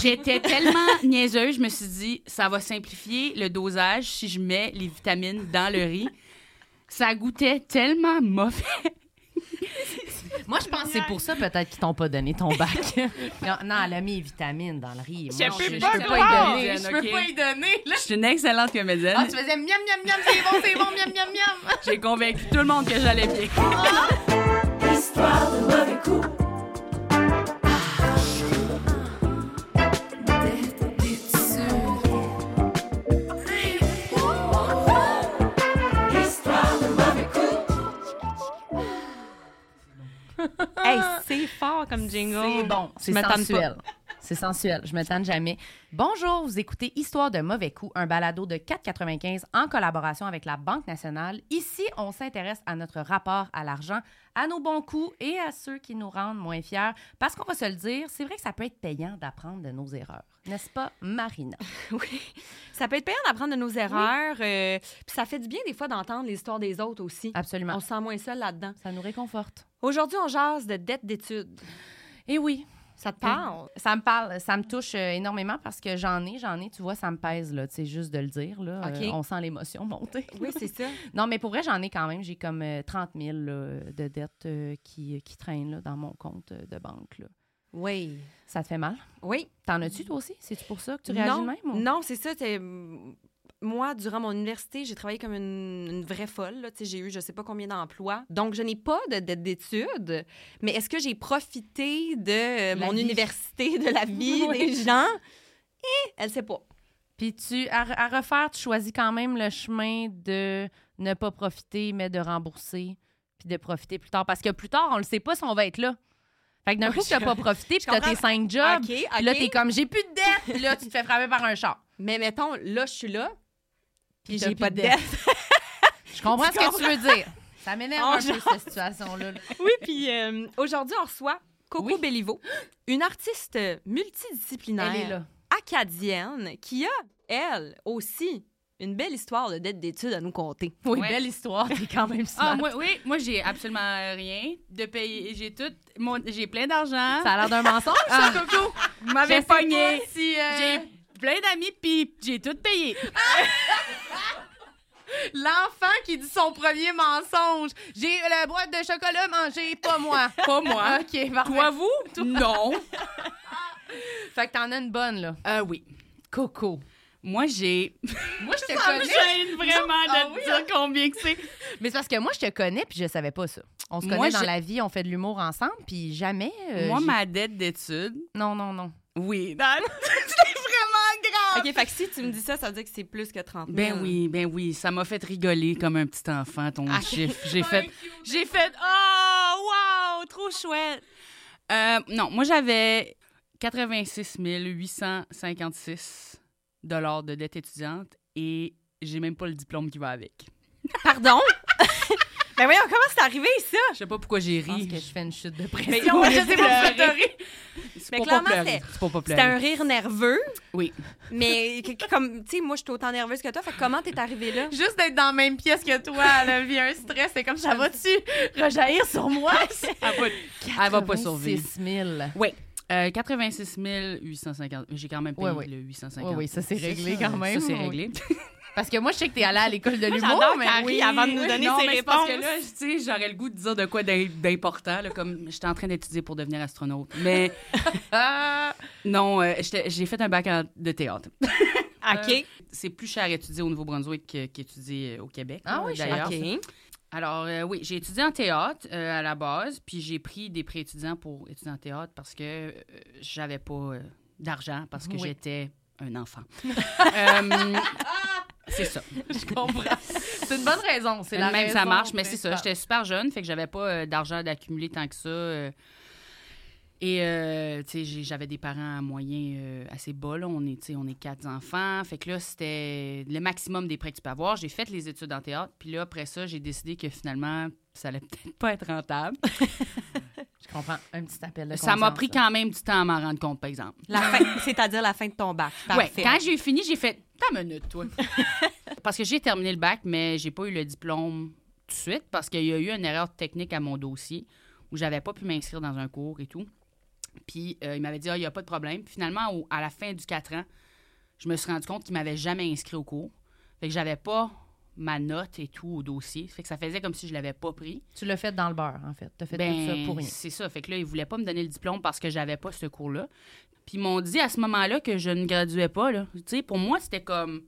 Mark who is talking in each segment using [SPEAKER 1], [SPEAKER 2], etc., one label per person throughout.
[SPEAKER 1] J'étais tellement niaiseuse, je me suis dit, ça va simplifier le dosage si je mets les vitamines dans le riz. Ça goûtait tellement mauvais.
[SPEAKER 2] Moi, je pense que c'est pour ça peut-être qu'ils t'ont pas donné ton bac. non, non, elle a mis les vitamines dans le riz. Moi,
[SPEAKER 3] Je peux
[SPEAKER 1] je
[SPEAKER 3] pas,
[SPEAKER 1] peux
[SPEAKER 3] le
[SPEAKER 1] pas y
[SPEAKER 3] boire.
[SPEAKER 1] donner,
[SPEAKER 3] Je peux
[SPEAKER 1] ok.
[SPEAKER 3] pas y donner. Là,
[SPEAKER 1] Je suis une excellente comédienne.
[SPEAKER 3] Ah, tu faisais miam, miam, miam, c'est bon, c'est bon, miam, miam, miam.
[SPEAKER 1] J'ai convaincu tout le monde que j'allais bien.
[SPEAKER 4] Histoire de mauvais coups. Histoire de mauvais coups.
[SPEAKER 5] Hey, c'est fort comme jingle.
[SPEAKER 2] C'est bon, c'est
[SPEAKER 5] Je me tanne
[SPEAKER 2] sensuel. C'est sensuel, je me tanne jamais. Bonjour, vous écoutez Histoire de mauvais coup, un balado de 4,95 en collaboration avec la Banque nationale. Ici, on s'intéresse à notre rapport à l'argent, à nos bons coups et à ceux qui nous rendent moins fiers. Parce qu'on va se le dire, c'est vrai que ça peut être payant d'apprendre de nos erreurs. N'est-ce pas, Marina?
[SPEAKER 5] Oui. Ça peut être payant d'apprendre de nos erreurs. euh, Puis ça fait du bien des fois d'entendre les histoires des autres aussi.
[SPEAKER 2] Absolument.
[SPEAKER 5] On se sent moins seul là-dedans.
[SPEAKER 2] Ça nous réconforte.
[SPEAKER 5] Aujourd'hui, on jase de dette d'études.
[SPEAKER 2] Eh oui,
[SPEAKER 5] Ça te parle?
[SPEAKER 2] Ça me parle, ça me touche euh, énormément parce que j'en ai, j'en ai, tu vois, ça me pèse, là, tu sais, juste de le dire, là.
[SPEAKER 5] OK.
[SPEAKER 2] Euh, on sent l'émotion monter.
[SPEAKER 5] Oui, c'est ça.
[SPEAKER 2] non, mais pour vrai, j'en ai quand même, j'ai comme euh, 30 000 là, de dettes euh, qui, qui traînent, là, dans mon compte euh, de banque, là.
[SPEAKER 5] Oui.
[SPEAKER 2] Ça te fait mal?
[SPEAKER 5] Oui.
[SPEAKER 2] T'en as-tu, toi aussi? C'est-tu pour ça que tu réagis
[SPEAKER 5] non,
[SPEAKER 2] de même? ou-
[SPEAKER 5] Non, c'est ça. t'es- mm, Moi, durant mon université, j'ai travaillé comme une, une vraie folle. là. Tu sais, J'ai eu je sais pas combien d'emplois. Donc, je n'ai pas de dette d'études. Mais est-ce que j'ai profité de euh,
[SPEAKER 2] La
[SPEAKER 5] mon
[SPEAKER 2] vie.
[SPEAKER 5] université, de la vie
[SPEAKER 2] Oui.
[SPEAKER 5] des gens? Eh, elle sait pas.
[SPEAKER 2] Puis tu, à, à refaire, tu choisis quand même le chemin de ne pas profiter, mais de rembourser, puis de profiter plus tard. Parce que plus tard, on le sait pas si on va être là. Fait que d'un coup, t'as pas profité, puis t'as
[SPEAKER 5] comprends.
[SPEAKER 2] tes cinq jobs,
[SPEAKER 5] OK,
[SPEAKER 2] Puis
[SPEAKER 5] OK.
[SPEAKER 2] là, t'es comme, j'ai plus de dette. Puis là, tu te fais frapper par un char.
[SPEAKER 5] Mais mettons, là, je suis là.
[SPEAKER 2] Puis
[SPEAKER 5] J'ai
[SPEAKER 2] j'ai
[SPEAKER 5] pas de dette.
[SPEAKER 2] Je comprends ce
[SPEAKER 5] Tu
[SPEAKER 2] que tu veux dire. Ça
[SPEAKER 5] Oh,
[SPEAKER 2] m'énerve un peu,
[SPEAKER 5] genre.
[SPEAKER 2] cette situation-là. là.
[SPEAKER 5] oui, puis euh, aujourd'hui, on reçoit Coco
[SPEAKER 2] Oui.
[SPEAKER 5] Belliveau, une artiste multidisciplinaire.
[SPEAKER 2] Elle est là.
[SPEAKER 5] acadienne qui a, elle aussi, une belle histoire de dette d'études à nous conter.
[SPEAKER 2] Oui,
[SPEAKER 1] Ouais.
[SPEAKER 2] belle histoire. T'es quand même smart.
[SPEAKER 1] Ah, moi, oui, moi, j'ai absolument rien de payer. J'ai tout. mon- J'ai plein d'argent.
[SPEAKER 2] Ça a l'air d'un mensonge, ça, Coco.
[SPEAKER 1] Vous m'avez
[SPEAKER 2] Je sais pas
[SPEAKER 1] pogné.
[SPEAKER 2] si, euh,
[SPEAKER 1] J'ai plein d'amis, puis j'ai tout payé.
[SPEAKER 2] L'enfant qui dit son premier mensonge. J'ai la boîte de chocolat mangée, pas moi.
[SPEAKER 1] Pas moi.
[SPEAKER 2] OK, parfait.
[SPEAKER 1] Toi, vous? Non.
[SPEAKER 2] Fait que t'en as une bonne, là.
[SPEAKER 1] Euh, oui.
[SPEAKER 2] Coco.
[SPEAKER 1] Moi, j'ai.
[SPEAKER 2] Moi, je te
[SPEAKER 1] Ça me
[SPEAKER 2] connais.
[SPEAKER 1] gêne vraiment de
[SPEAKER 2] Ah
[SPEAKER 1] te
[SPEAKER 2] oui,
[SPEAKER 1] dire combien que c'est.
[SPEAKER 2] Mais c'est parce que moi, je te connais, puis je savais pas ça. On se
[SPEAKER 1] Moi,
[SPEAKER 2] connaît dans
[SPEAKER 1] je-
[SPEAKER 2] la vie, on fait de l'humour ensemble, puis jamais... euh,
[SPEAKER 1] Moi,
[SPEAKER 2] j'ai-
[SPEAKER 1] ma dette d'études,
[SPEAKER 2] Non, non, non.
[SPEAKER 1] oui. c'est vraiment grave.
[SPEAKER 5] OK, fait que si tu me dis ça, ça veut dire que c'est plus que 30 000.
[SPEAKER 1] Ah, Ben oui, ben oui, ça m'a fait rigoler comme un petit enfant, ton chiffre. J'ai fait, Ah, j'ai fait, oh, wow, trop chouette. Euh, non, moi, j'avais 86 856 dollars de dette étudiante et j'ai même pas le diplôme qui va avec.
[SPEAKER 5] Pardon? ben voyons, comment c'est arrivé, ça?
[SPEAKER 1] Ah, Je sais pas pourquoi j'ai
[SPEAKER 2] Je pense que
[SPEAKER 1] ri.
[SPEAKER 2] je fais une chute de pression.
[SPEAKER 1] Mais
[SPEAKER 5] je sais pas pourquoi t'as
[SPEAKER 1] C'est
[SPEAKER 5] Mais
[SPEAKER 1] pour pas
[SPEAKER 5] clairement,
[SPEAKER 1] pleurer.
[SPEAKER 5] c'est-
[SPEAKER 1] C'est pour pas
[SPEAKER 5] C'était un
[SPEAKER 1] pleurer.
[SPEAKER 5] rire nerveux,
[SPEAKER 1] Oui.
[SPEAKER 5] mais que- que- comme, tu sais, moi, je suis autant nerveuse que toi, fait que comment t'es arrivée là?
[SPEAKER 2] Juste d'être dans la même pièce que toi, elle vit un stress. C'est comme, ça va-tu rejaillir sur moi?
[SPEAKER 1] Elle va- Elle va pas survivre.
[SPEAKER 2] 6 000.
[SPEAKER 1] Oui. Euh, 86 850. J'ai quand même payé
[SPEAKER 2] Ouais, ouais.
[SPEAKER 1] le 850.
[SPEAKER 2] Oui, oui, ça, c'est réglé
[SPEAKER 1] ça.
[SPEAKER 2] quand même.
[SPEAKER 1] Ça, c'est
[SPEAKER 2] Oui.
[SPEAKER 1] réglé.
[SPEAKER 2] Parce que moi, je sais que t'es allée à l'école de l'humour,
[SPEAKER 5] j'adore
[SPEAKER 2] mais
[SPEAKER 5] qu'elle rit
[SPEAKER 2] oui.
[SPEAKER 5] avant de nous donner
[SPEAKER 1] non,
[SPEAKER 5] ses
[SPEAKER 1] mais c'est parce que
[SPEAKER 5] réponses.
[SPEAKER 1] là, je- tu sais, j'aurais le goût de dire de quoi d'im- d'important, là, comme j'étais en train d'étudier pour devenir astronaute. Mais
[SPEAKER 2] Ah,
[SPEAKER 1] non, euh, j'étais- j'ai fait un bac en- de théâtre. Euh,
[SPEAKER 5] OK.
[SPEAKER 1] C'est plus cher à étudier au Nouveau-Brunswick que- qu'étudier euh, au Québec.
[SPEAKER 2] Ah
[SPEAKER 1] là,
[SPEAKER 2] oui, je-
[SPEAKER 1] d'ailleurs.
[SPEAKER 5] OK.
[SPEAKER 1] Alors, euh, oui, j'ai étudié en théâtre euh, à la base, puis j'ai pris des pré-étudiants pour étudier en théâtre parce que euh, j'avais pas euh, d'argent, parce que
[SPEAKER 2] Oui.
[SPEAKER 1] j'étais un enfant. Euh, c'est ça.
[SPEAKER 2] je comprends. C'est une bonne raison. C'est la
[SPEAKER 1] même
[SPEAKER 2] raison
[SPEAKER 1] ça marche, mais c'est ça.
[SPEAKER 2] principale.
[SPEAKER 1] J'étais super jeune, fait que j'avais pas euh, d'argent d'accumuler tant que ça. euh. et euh, tu sais, j'ai- j'avais des parents moyens euh, assez bas. là. On est, tu sais, on est quatre enfants. Fait que là, c'était le maximum des prêts que tu peux avoir. J'ai fait les études en théâtre, puis là après ça, j'ai décidé que finalement, ça allait peut-être pas être rentable.
[SPEAKER 2] Je comprends. Un petit appel de
[SPEAKER 1] Ça m'a
[SPEAKER 2] conscience,
[SPEAKER 1] pris
[SPEAKER 2] là.
[SPEAKER 1] quand même du temps à m'en rendre compte, par exemple.
[SPEAKER 5] La fin, c'est-à-dire la fin de ton bac.
[SPEAKER 1] Ouais,
[SPEAKER 5] Parfait.
[SPEAKER 1] quand j'ai eu fini, j'ai fait ta minute, toi. parce que j'ai terminé le bac, mais j'ai pas eu le diplôme tout de suite parce qu'il y a eu une erreur technique à mon dossier où j'avais pas pu m'inscrire dans un cours et tout. Puis euh, il m'avait dit, ah, il n'y a pas de problème. Puis finalement, au- à la fin du 4 ans, je me suis rendu compte qu'il m'avait jamais inscrit au cours. Fait que j'avais pas ma note et tout au dossier. Fait que ça faisait comme si je l'avais pas pris.
[SPEAKER 2] Tu l'as fait dans le beurre, en fait. Tu as fait
[SPEAKER 1] Ben,
[SPEAKER 2] tout ça pour rien.
[SPEAKER 1] C'est ça. Fait que là, ils voulaient pas me donner le diplôme parce que j'avais pas ce cours-là. Puis ils m'ont dit à ce moment-là que je ne graduais pas. Là. Tu sais, pour moi, c'était comme.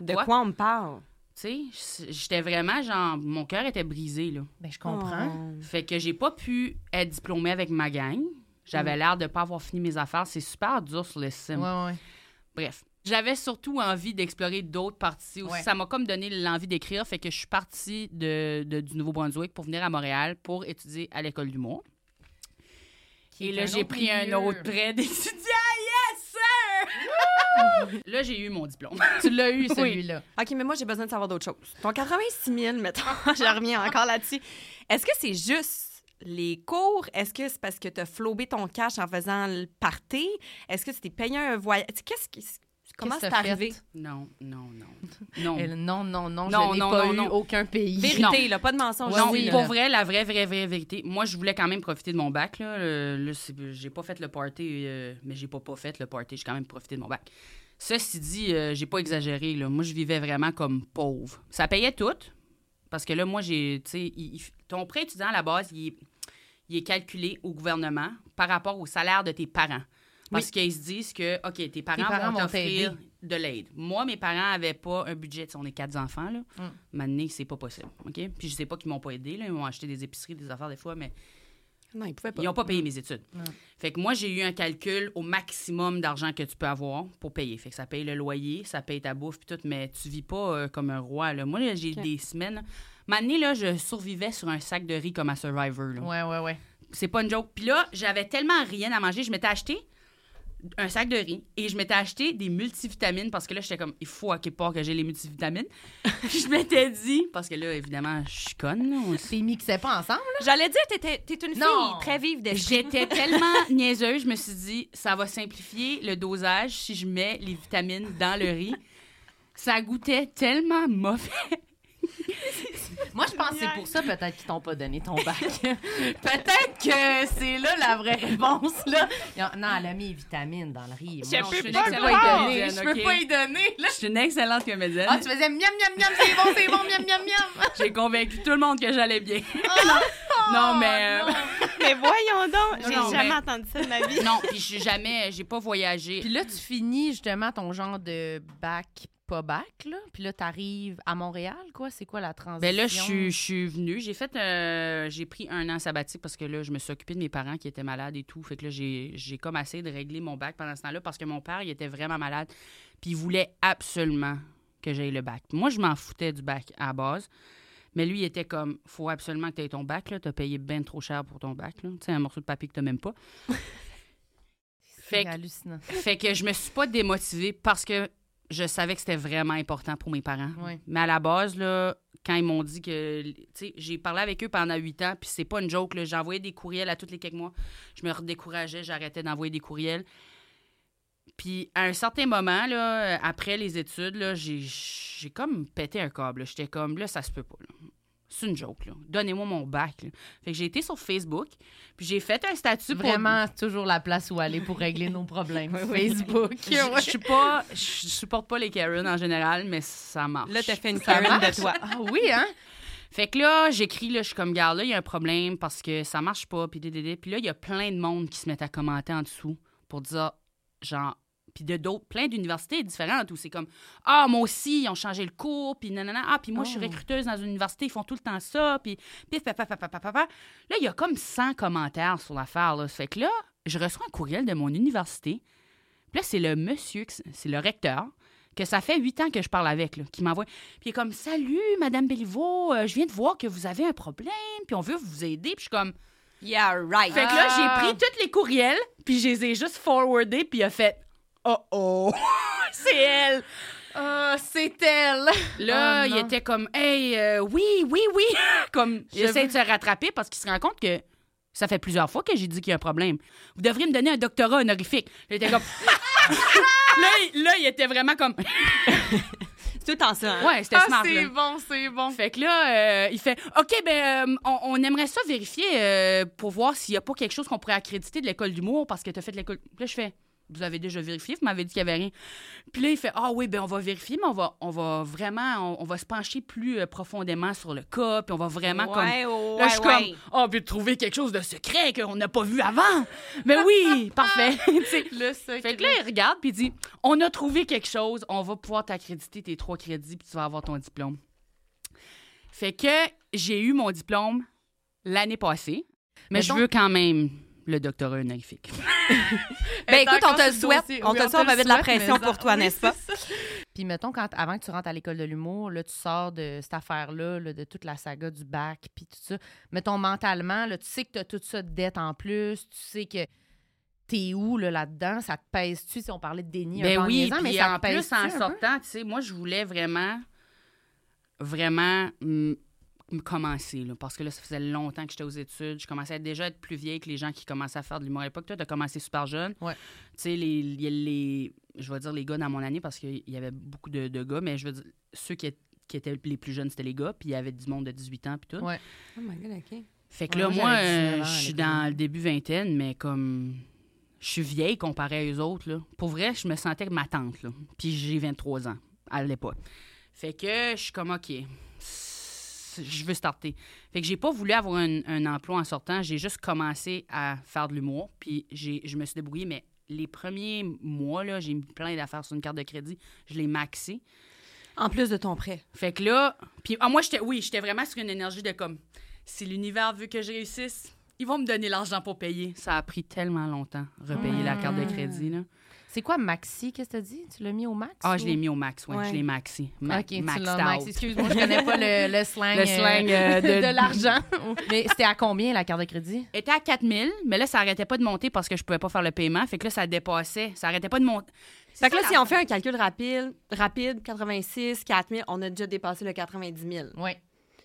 [SPEAKER 5] De
[SPEAKER 1] Quoi?
[SPEAKER 5] quoi on me parle?
[SPEAKER 1] Tu sais, j'étais vraiment genre. Mon cœur était brisé, là.
[SPEAKER 2] Ben, je comprends.
[SPEAKER 1] Fait que j'ai pas pu être diplômée avec ma gang. J'avais l'air de pas avoir fini mes affaires. C'est super dur sur le sim.
[SPEAKER 2] Mm. Ouais, ouais.
[SPEAKER 1] Bref. J'avais surtout envie d'explorer d'autres parties aussi.
[SPEAKER 2] Ouais.
[SPEAKER 1] Ça m'a comme donné l'envie d'écrire. Fait que je suis partie de, de- du Nouveau-Brunswick pour venir à Montréal pour étudier à l'École d'humour.
[SPEAKER 2] Qui
[SPEAKER 1] Et
[SPEAKER 2] est
[SPEAKER 1] là,
[SPEAKER 2] un
[SPEAKER 1] j'ai
[SPEAKER 2] autre
[SPEAKER 1] pris un
[SPEAKER 2] milieu.
[SPEAKER 1] autre trait d'étudiant. Ah, Yes, sir! là, j'ai eu mon diplôme.
[SPEAKER 2] Tu l'as eu, celui-là.
[SPEAKER 5] Oh. OK, mais moi, j'ai besoin de savoir d'autres choses. Ton 86 000, mettons, je reviens encore là-dessus. Est-ce que c'est juste les cours? Est-ce que c'est parce que t'as flobé ton cash en faisant le party? Est-ce que tu t'es payé un voyage? Tu sais, Qu'est-ce qui... Comment
[SPEAKER 2] Qu'est-ce
[SPEAKER 5] c'est
[SPEAKER 2] que t'as
[SPEAKER 5] arrivé?
[SPEAKER 2] fait?
[SPEAKER 1] Non, non, non. Non.
[SPEAKER 2] Elle, non, non, non,
[SPEAKER 1] Non,
[SPEAKER 2] je n'ai
[SPEAKER 1] non,
[SPEAKER 2] pas
[SPEAKER 1] non,
[SPEAKER 2] eu
[SPEAKER 1] non.
[SPEAKER 2] aucun pays.
[SPEAKER 5] Vérité, là, pas de mensonge.
[SPEAKER 1] Non,
[SPEAKER 2] oui,
[SPEAKER 1] pour
[SPEAKER 2] là.
[SPEAKER 1] vrai, la vraie, vraie, vraie vérité. Moi, je voulais quand même profiter de mon bac. Là, Euh, là, c'est- j'ai pas fait le party, euh, mais j'ai pas pas fait le party. J'ai quand même profité de mon bac. Ceci dit, euh, j'ai pas exagéré. Là. Moi, je vivais vraiment comme pauvre. Ça payait tout, parce que là, moi, j'ai, tu sais, il- il- ton prêt étudiant à la base, il est, il est calculé au gouvernement par rapport au salaire de tes parents. Parce qu'ils se disent que, OK, tes parents,
[SPEAKER 2] parents
[SPEAKER 1] vont
[SPEAKER 2] vont
[SPEAKER 1] t'offrir de l'aide. Moi, mes parents n'avaient pas un budget. Tu sais, on est quatre enfants, là. Maintenant, c'est pas possible. OK? Puis je sais pas qu'ils m'ont pas aidé, là. Ils m'ont acheté des épiceries, des affaires des fois, mais
[SPEAKER 5] Non, il pouvait pas.
[SPEAKER 1] ils n'ont pas payé mes études. Fait que moi, j'ai eu un calcul au maximum d'argent que tu peux avoir pour payer. Fait que ça paye le loyer, ça paye ta bouffe, puis tout, mais tu vis pas euh, comme un roi. Là. Moi, là, j'ai des semaines. Mané, là, je survivais sur un sac de riz comme à Survivor. là.
[SPEAKER 2] Ouais, ouais, ouais.
[SPEAKER 1] C'est pas une joke. Puis là, j'avais tellement rien à manger, je m'étais acheté un sac de riz et je m'étais acheté des multivitamines parce que là, j'étais comme, il faut à quelque part que j'ai les multivitamines. je m'étais dit, parce que là, évidemment, je suis conne. là, on le sait.
[SPEAKER 2] T'es mixé pas ensemble, là?
[SPEAKER 5] J'allais dire, t'étais- t'es une fille
[SPEAKER 2] Non.
[SPEAKER 5] très vive d'esprit.
[SPEAKER 1] J'étais tellement niaiseuse, je me suis dit, ça va simplifier le dosage si je mets les vitamines dans le riz. Ça goûtait tellement mauvais.
[SPEAKER 2] Moi, je pense que c'est pour ça, peut-être, qu'ils t'ont pas donné ton bac. peut-être que c'est là la vraie réponse, là. Ils ont- Non, elle a mis les vitamines dans le riz.
[SPEAKER 1] Je
[SPEAKER 2] Moi,
[SPEAKER 1] peux
[SPEAKER 2] je suis
[SPEAKER 1] pas
[SPEAKER 2] une
[SPEAKER 1] le
[SPEAKER 2] excellente
[SPEAKER 1] voir.
[SPEAKER 2] comédienne.
[SPEAKER 3] Je peux pas y donner. Là,
[SPEAKER 1] Je suis une excellente comédienne.
[SPEAKER 3] ah, tu faisais miam, miam, miam, c'est bon, c'est bon, miam, miam, miam.
[SPEAKER 1] J'ai convaincu tout le monde que j'allais bien.
[SPEAKER 3] Ah,
[SPEAKER 1] non, mais... euh,
[SPEAKER 6] Mais voyons donc, j'ai
[SPEAKER 1] non,
[SPEAKER 6] jamais
[SPEAKER 1] mais-
[SPEAKER 6] entendu ça de ma vie.
[SPEAKER 1] Non, puis j'ai jamais... J'ai pas voyagé.
[SPEAKER 2] Puis là, tu finis justement ton genre de bac, pas bac, là. Puis là, t'arrives à Montréal, quoi. C'est quoi la transition?
[SPEAKER 1] Ben là, je suis, je suis venue. J'ai fait, euh, j'ai pris un an sabbatique parce que là, je me suis occupée de mes parents qui étaient malades et tout. Fait que là, j'ai, j'ai comme essayé de régler mon bac pendant ce temps-là parce que mon père, il était vraiment malade. Puis il voulait absolument que j'aie le bac. Moi, je m'en foutais du bac à la base. Mais lui, il était comme, faut absolument que tu aies ton bac. Là. T'as payé bien trop cher pour ton bac. là. Tu sais, un morceau de papier que t'as même pas.
[SPEAKER 2] C'est
[SPEAKER 1] Fait que-
[SPEAKER 2] hallucinant.
[SPEAKER 1] fait que je me suis pas démotivée parce que je savais que c'était vraiment important pour mes parents.
[SPEAKER 2] Ouais.
[SPEAKER 1] Mais à la base, là, quand ils m'ont dit que. Tu sais, j'ai parlé avec eux pendant huit ans, puis c'est pas une joke, là. J'envoyais des courriels à tous les quelques mois. Je me redécourageais, j'arrêtais d'envoyer des courriels. Puis à un certain moment, là, après les études, là, j'ai, j'ai comme pété un câble. là. J'étais comme, là, ça se peut pas. là. C'est une joke, là. Donnez-moi mon bac. là. Fait que j'ai été sur Facebook, puis j'ai fait un statut pour-
[SPEAKER 2] Vraiment, c'est toujours la place où aller pour régler nos problèmes. Facebook.
[SPEAKER 1] Je, je suis pas, je supporte pas les Karen en général, mais ça marche.
[SPEAKER 5] Là, t'as fait une
[SPEAKER 2] Ça
[SPEAKER 5] Karen
[SPEAKER 2] marche?
[SPEAKER 5] de toi.
[SPEAKER 2] Ah oui, hein?
[SPEAKER 1] Fait que là, j'écris, là, je suis comme, garde, là, il y a un problème parce que ça marche pas, puis dédédé. Puis là, il y a plein de monde qui se mettent à commenter en dessous pour dire, genre, puis de d'autres, plein d'universités différentes où c'est comme, ah, moi aussi, ils ont changé le cours, puis nanana, ah, puis moi, je suis
[SPEAKER 2] Oh.
[SPEAKER 1] recruteuse dans une université, ils font tout le temps ça, puis pif, paf, paf, paf, paf, paf, paf. Là, il y a comme 100 commentaires sur l'affaire, là. Fait que là, je reçois un courriel de mon université. Puis là, c'est le monsieur, qui s- c'est le recteur, que ça fait huit ans que je parle avec, là, qui m'envoie. Puis il est comme Salut, Madame Béliveau, euh, je viens de voir que vous avez un problème, puis on veut vous aider. Puis je suis comme.
[SPEAKER 5] Yeah, right.
[SPEAKER 1] Fait que là,
[SPEAKER 2] Ah.
[SPEAKER 1] j'ai pris tous les courriels, puis je les ai juste forwardés, puis il a fait Oh oh, c'est elle.
[SPEAKER 2] Ah, c'est elle.
[SPEAKER 1] Là,
[SPEAKER 2] Oh,
[SPEAKER 1] il
[SPEAKER 2] non.
[SPEAKER 1] était comme Hey, euh, oui, oui, oui. comme,
[SPEAKER 2] Je
[SPEAKER 1] j'essaie
[SPEAKER 2] veux-
[SPEAKER 1] de se rattraper parce qu'il se rend compte que. Ça fait plusieurs fois que j'ai dit qu'il y a un problème. Vous devriez me donner un doctorat honorifique. J'étais comme. là, il- là, il était vraiment comme.
[SPEAKER 5] C'est tout en ça. hein?
[SPEAKER 1] Ouais, c'était
[SPEAKER 3] Ah,
[SPEAKER 1] smart. là.
[SPEAKER 3] c'est bon, c'est bon.
[SPEAKER 1] Fait que là, euh, il fait OK, ben, euh, on, on aimerait ça vérifier euh, pour voir s'il n'y a pas quelque chose qu'on pourrait accréditer de l'école d'humour parce que tu as fait de l'école. Puis là, je fais Vous avez déjà vérifié, vous m'avez dit qu'il n'y avait rien. Puis là, il fait Ah oui, ben, on va vérifier, mais on va, on va vraiment, on, on va se pencher plus euh, profondément sur le cas, puis on va vraiment comme.
[SPEAKER 5] Ouais, ouais,
[SPEAKER 1] Là, je suis
[SPEAKER 5] ouais.
[SPEAKER 1] comme, Ah, puis de trouver quelque chose de secret qu'on n'a pas vu avant. Mais oui, parfait. Tu sais,
[SPEAKER 3] Le secret.
[SPEAKER 1] fait que là, il regarde puis il dit On a trouvé quelque chose, on va pouvoir t'accréditer tes trois crédits puis tu vas avoir ton diplôme. Fait que j'ai eu mon diplôme l'année passée, mais
[SPEAKER 2] Mettons-
[SPEAKER 1] je veux quand même le doctorat honorifique.
[SPEAKER 5] Ben
[SPEAKER 3] Elle est
[SPEAKER 5] écoute, on
[SPEAKER 3] encore
[SPEAKER 5] te le
[SPEAKER 3] sur
[SPEAKER 5] souhaite.
[SPEAKER 3] dossier.
[SPEAKER 5] On
[SPEAKER 3] Oui,
[SPEAKER 5] te le souhaite, on va mettre de la
[SPEAKER 3] souhaite, mais
[SPEAKER 5] pression
[SPEAKER 3] ça-
[SPEAKER 5] pour toi,
[SPEAKER 3] oui,
[SPEAKER 5] n'est-ce
[SPEAKER 3] c'est
[SPEAKER 5] pas?
[SPEAKER 3] ça.
[SPEAKER 2] Puis mettons, quand, avant que tu rentres à l'école de l'humour, là, tu sors de cette affaire-là, là, de toute la saga du bac, puis tout ça. Mettons, mentalement, là, tu sais que tu as toute ça de dette en plus, tu sais que t'es où là, là-dedans, ça te pèse-tu, si on parlait de déni un peu
[SPEAKER 1] Ben
[SPEAKER 2] en
[SPEAKER 1] oui,
[SPEAKER 2] niaisant, mais
[SPEAKER 1] puis
[SPEAKER 2] ça
[SPEAKER 1] en
[SPEAKER 2] te pèse
[SPEAKER 1] plus, en sortant, tu sais, moi, je voulais vraiment, vraiment mm, me commencer, là, parce que là, ça faisait longtemps que j'étais aux études. Je commençais à déjà être plus vieille que les gens qui commençaient à faire de l'humour à l'époque. Toi, t'as commencé super jeune.
[SPEAKER 2] Ouais.
[SPEAKER 1] Tu sais, les, les, les- je vais dire les gars dans mon année, parce qu'il y avait beaucoup de, de gars, mais je veux dire, ceux qui, é- qui étaient les plus jeunes, c'était les gars, puis il y avait du monde de 18 ans, puis tout.
[SPEAKER 2] Ouais.
[SPEAKER 5] Oh
[SPEAKER 1] Fait que
[SPEAKER 2] Ouais,
[SPEAKER 1] là,
[SPEAKER 2] moi,
[SPEAKER 1] moi,
[SPEAKER 2] j'avais
[SPEAKER 1] euh,
[SPEAKER 2] 19 ans à
[SPEAKER 1] je suis
[SPEAKER 2] l'époque.
[SPEAKER 1] dans le début vingtaine, mais comme. Je suis vieille comparée à eux autres, là. Pour vrai, je me sentais que ma tante, là. Puis j'ai 23 ans, à l'époque. Fait que je suis comme, OK, c'est- je veux starter. Fait que j'ai pas voulu avoir un, un emploi en sortant. J'ai juste commencé à faire de l'humour. Puis j'ai- je me suis débrouillée, mais les premiers mois, là, j'ai mis plein d'affaires sur une carte de crédit. Je l'ai maxé.
[SPEAKER 5] En plus de ton prêt.
[SPEAKER 1] Fait que là, puis ah, moi j'étais oui, j'étais vraiment sur une énergie de comme si l'univers veut que je réussisse, ils vont me donner l'argent pour payer. Ça a pris tellement longtemps repayer la carte de crédit là.
[SPEAKER 2] C'est quoi Maxi, qu'est-ce que tu dit? Tu l'as mis au max?
[SPEAKER 1] Ah, je
[SPEAKER 2] ou-
[SPEAKER 1] l'ai mis au max, ouais,
[SPEAKER 5] Ouais.
[SPEAKER 1] je l'ai maxé. Ma-
[SPEAKER 2] Ok, tu
[SPEAKER 1] maxed
[SPEAKER 2] l'as
[SPEAKER 1] out.
[SPEAKER 2] maxi. Excuse-moi, je connais pas le, le slang,
[SPEAKER 1] Le
[SPEAKER 2] euh,
[SPEAKER 1] slang euh,
[SPEAKER 2] de,
[SPEAKER 1] de,
[SPEAKER 2] l'argent. mais c'était à combien la carte de crédit?
[SPEAKER 1] Elle était à 4000, mais là ça arrêtait pas de monter parce que je pouvais pas faire le paiement, fait que là ça dépassait, ça arrêtait pas de monter.
[SPEAKER 5] Fait que là,
[SPEAKER 1] ça,
[SPEAKER 5] si on fait un calcul rapide, rapide, 86, 4000, on a déjà dépassé le 90 000.
[SPEAKER 2] Oui.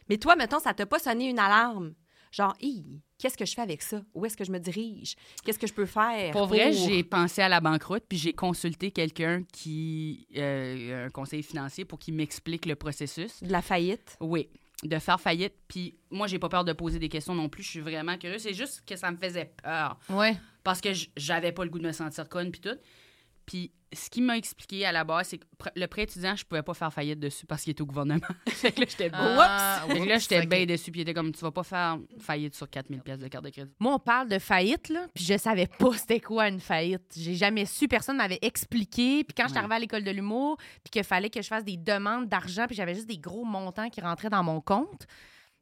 [SPEAKER 5] Mais toi, mettons, ça t'a pas sonné une alarme. Genre, Hi, qu'est-ce que je fais avec ça? Où est-ce que je me dirige? Qu'est-ce que je peux faire?
[SPEAKER 1] Pour vrai,
[SPEAKER 2] Oh.
[SPEAKER 1] j'ai pensé à la banqueroute, puis j'ai consulté quelqu'un qui euh, un conseiller financier pour qu'il m'explique le processus.
[SPEAKER 5] De la faillite.
[SPEAKER 1] Oui, de faire faillite. Puis moi, j'ai pas peur de poser des questions non plus. Je suis vraiment curieuse. C'est juste que ça me faisait peur
[SPEAKER 2] Ouais.
[SPEAKER 1] parce que j- j'avais pas le goût de me sentir conne puis tout. Puis ce qui m'a expliqué à la base, c'est que pr- le prêt étudiant, je pouvais pas faire faillite dessus parce qu'il était au gouvernement. fait que là, j'étais
[SPEAKER 2] Ah,
[SPEAKER 1] Fait que là,
[SPEAKER 2] oups,
[SPEAKER 1] j'étais
[SPEAKER 2] ok.
[SPEAKER 1] bien dessus. Puis il était comme, tu vas pas faire faillite sur 4000 pièces de carte de crédit.
[SPEAKER 2] Moi, on parle de faillite, là, puis je savais pas c'était quoi une faillite. J'ai jamais su, personne m'avait expliqué. Puis quand je suis
[SPEAKER 1] Ouais.
[SPEAKER 2] arrivée à l'école de l'humour, puis qu'il fallait que je fasse des demandes d'argent, puis j'avais juste des gros montants qui rentraient dans mon compte,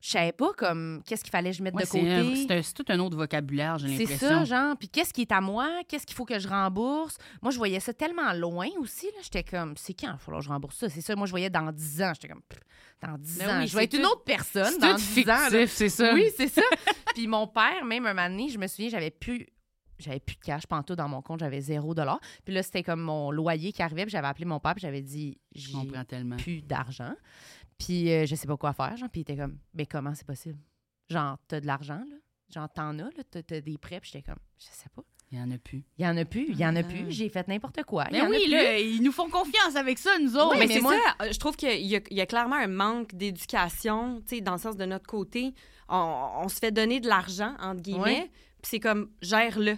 [SPEAKER 2] je savais pas comme qu'est-ce qu'il fallait que je mette
[SPEAKER 1] Ouais,
[SPEAKER 2] de
[SPEAKER 1] c'est un-
[SPEAKER 2] côté.
[SPEAKER 1] c'est un- c'est tout un autre vocabulaire, j'ai
[SPEAKER 2] C'est
[SPEAKER 1] l'impression.
[SPEAKER 2] ça, genre. Puis qu'est-ce qui est à moi? Qu'est-ce qu'il faut que je rembourse? Moi, je voyais ça tellement loin aussi. là. J'étais comme, c'est quand il va falloir que je rembourse ça? C'est ça, moi, je voyais dans 10 ans. J'étais comme, Pff, dans 10
[SPEAKER 1] Ben
[SPEAKER 2] ans.
[SPEAKER 1] oui,
[SPEAKER 2] je vais
[SPEAKER 1] c'est
[SPEAKER 2] être une
[SPEAKER 1] tout-
[SPEAKER 2] autre personne
[SPEAKER 1] C'est
[SPEAKER 2] dans
[SPEAKER 1] tout
[SPEAKER 2] 10 ans. là.
[SPEAKER 1] fictif, c'est ça.
[SPEAKER 2] Oui, c'est ça. Puis mon père, même un moment donné, je me souviens, j'avais plus. J'avais plus de cash pantoute dans mon compte, j'avais zéro dollar. Puis là, c'était comme mon loyer qui arrivait, puis j'avais appelé mon père, puis j'avais dit
[SPEAKER 1] Je
[SPEAKER 2] j'ai
[SPEAKER 1] comprends tellement.
[SPEAKER 2] plus d'argent. Puis euh, je sais pas quoi faire, genre. Puis il était comme mais comment c'est possible Genre t'as de l'argent là, genre t'en as là, t'as- t'as des prêts, puis j'étais comme je sais pas.
[SPEAKER 1] Il y en a plus.
[SPEAKER 2] Il y en a plus, il y en a plus. J'ai fait n'importe quoi. Ben, Il
[SPEAKER 1] Mais
[SPEAKER 2] y en a
[SPEAKER 1] Ah. Ben oui,
[SPEAKER 2] plus.
[SPEAKER 1] là, ils nous font confiance avec ça, nous autres.
[SPEAKER 2] Oui,
[SPEAKER 5] mais
[SPEAKER 2] mais
[SPEAKER 5] c'est
[SPEAKER 2] moi-
[SPEAKER 5] ça. Euh, Je trouve qu'il y, a- il y a clairement un manque d'éducation, tu sais, dans le sens de notre côté. On, on se fait donner de l'argent, entre guillemets, puis c'est comme, gère-le.